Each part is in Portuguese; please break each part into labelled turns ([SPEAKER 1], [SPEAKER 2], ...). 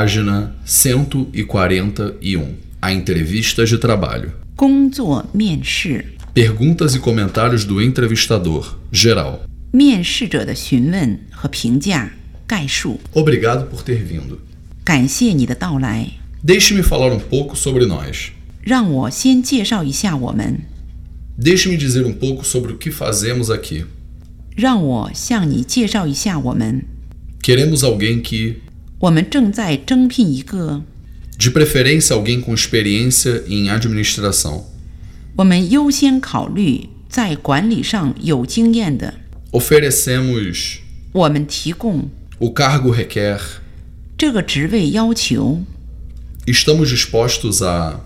[SPEAKER 1] página 141. A entrevista de trabalho.
[SPEAKER 2] 工作面试，
[SPEAKER 1] Perguntas e comentários do entrevistador. Geral.
[SPEAKER 2] 面试者的询问和评价概述。
[SPEAKER 1] Obrigado por ter vindo.
[SPEAKER 2] 感谢你的到来，
[SPEAKER 1] Deixe-me falar um pouco sobre nós.
[SPEAKER 2] 让我先介绍一下我们，
[SPEAKER 1] Deixe-me dizer um pouco sobre o que fazemos aqui.
[SPEAKER 2] 让我向你介绍一下我们。
[SPEAKER 1] Queremos alguém que,
[SPEAKER 2] 我们正在征聘一个，
[SPEAKER 1] de preferência, alguém com experiência em administração.
[SPEAKER 2] 我们优先考虑在管理上有经验的。
[SPEAKER 1] Oferecemos.
[SPEAKER 2] 我们提供
[SPEAKER 1] O cargo requer.
[SPEAKER 2] 这个职位要求，
[SPEAKER 1] Estamos dispostos a.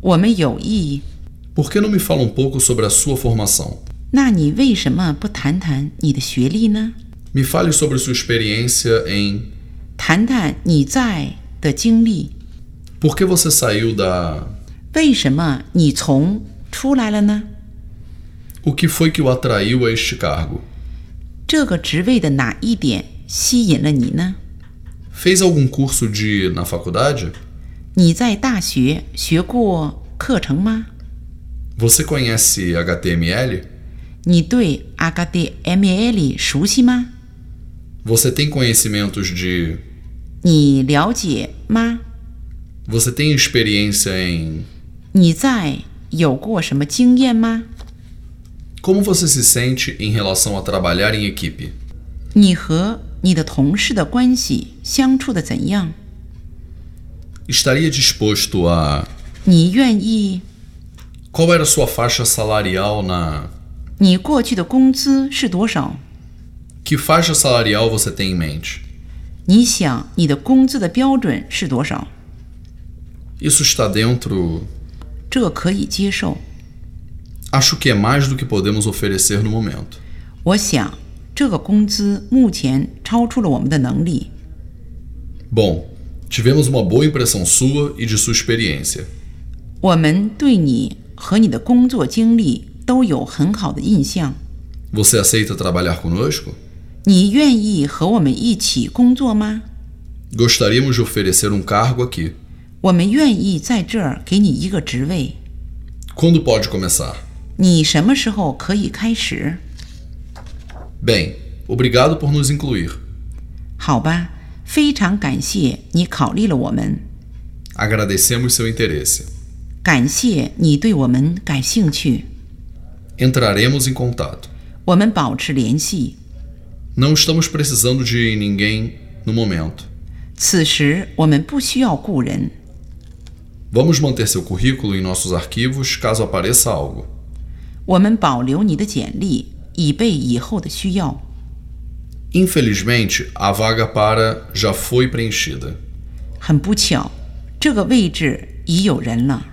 [SPEAKER 2] 我们有意。
[SPEAKER 1] Por que não me fala um pouco sobre a sua formação?
[SPEAKER 2] 那你为什么不谈谈你的学历呢？
[SPEAKER 1] Me fale sobre sua experiência em.
[SPEAKER 2] 谈谈你在的经历，
[SPEAKER 1] Por que você saiu da.
[SPEAKER 2] 为什么你从出来了呢？
[SPEAKER 1] O que foi que o atraiu a este cargo?
[SPEAKER 2] 这个职位的哪一点吸引了你呢？
[SPEAKER 1] Fez algum curso de. na faculdade?
[SPEAKER 2] 你在大学学过课程吗？
[SPEAKER 1] Você conhece HTML?
[SPEAKER 2] 你对 HTML 熟悉吗？
[SPEAKER 1] Você tem conhecimentos de.
[SPEAKER 2] 你了解吗？
[SPEAKER 1] Você tem experiência em.
[SPEAKER 2] 你在有过什么经验吗？
[SPEAKER 1] Como você se sente em relação a trabalhar em equipe?
[SPEAKER 2] 你和你的同事的关系相处的怎样？
[SPEAKER 1] Estaria disposto a.
[SPEAKER 2] 你愿意？
[SPEAKER 1] Qual era a sua faixa salarial na.
[SPEAKER 2] 你过去的工资是多少？
[SPEAKER 1] Que faixa salarial você tem em mente?
[SPEAKER 2] 你想你的工资的标准是多少？
[SPEAKER 1] Isso está dentro.
[SPEAKER 2] 这可以接受。
[SPEAKER 1] Acho que é mais do que podemos oferecer no momento.
[SPEAKER 2] 我想这个工资目前超出了我们的能力。
[SPEAKER 1] Bom, tivemos uma boa impressão sua e de sua experiência.
[SPEAKER 2] 我们对你和你的工作经历都有很好的印象。
[SPEAKER 1] Você aceita trabalhar conosco?
[SPEAKER 2] 你愿意和我们一起工作吗？
[SPEAKER 1] Gostaríamos de oferecer um cargo aqui.
[SPEAKER 2] 我们愿意在这儿给你一个职位。
[SPEAKER 1] Quando pode começar?
[SPEAKER 2] 你什么时候可以开始？
[SPEAKER 1] Bem, obrigado por nos incluir.
[SPEAKER 2] 好吧，非常感谢你考虑了我们，
[SPEAKER 1] Agradecemos seu interesse.
[SPEAKER 2] 感谢你对我们感兴趣，
[SPEAKER 1] Entraremos em contato.
[SPEAKER 2] 我们保持联系。
[SPEAKER 1] Não estamos precisando de ninguém no momento.
[SPEAKER 2] 此时我们不需要雇人，
[SPEAKER 1] Vamos manter seu currículo em nossos arquivos caso apareça algo.
[SPEAKER 2] 我们保留你的简历，以备以后的需要。
[SPEAKER 1] Infelizmente, a vaga para já foi preenchida.
[SPEAKER 2] 很不巧，这个位置已有人了。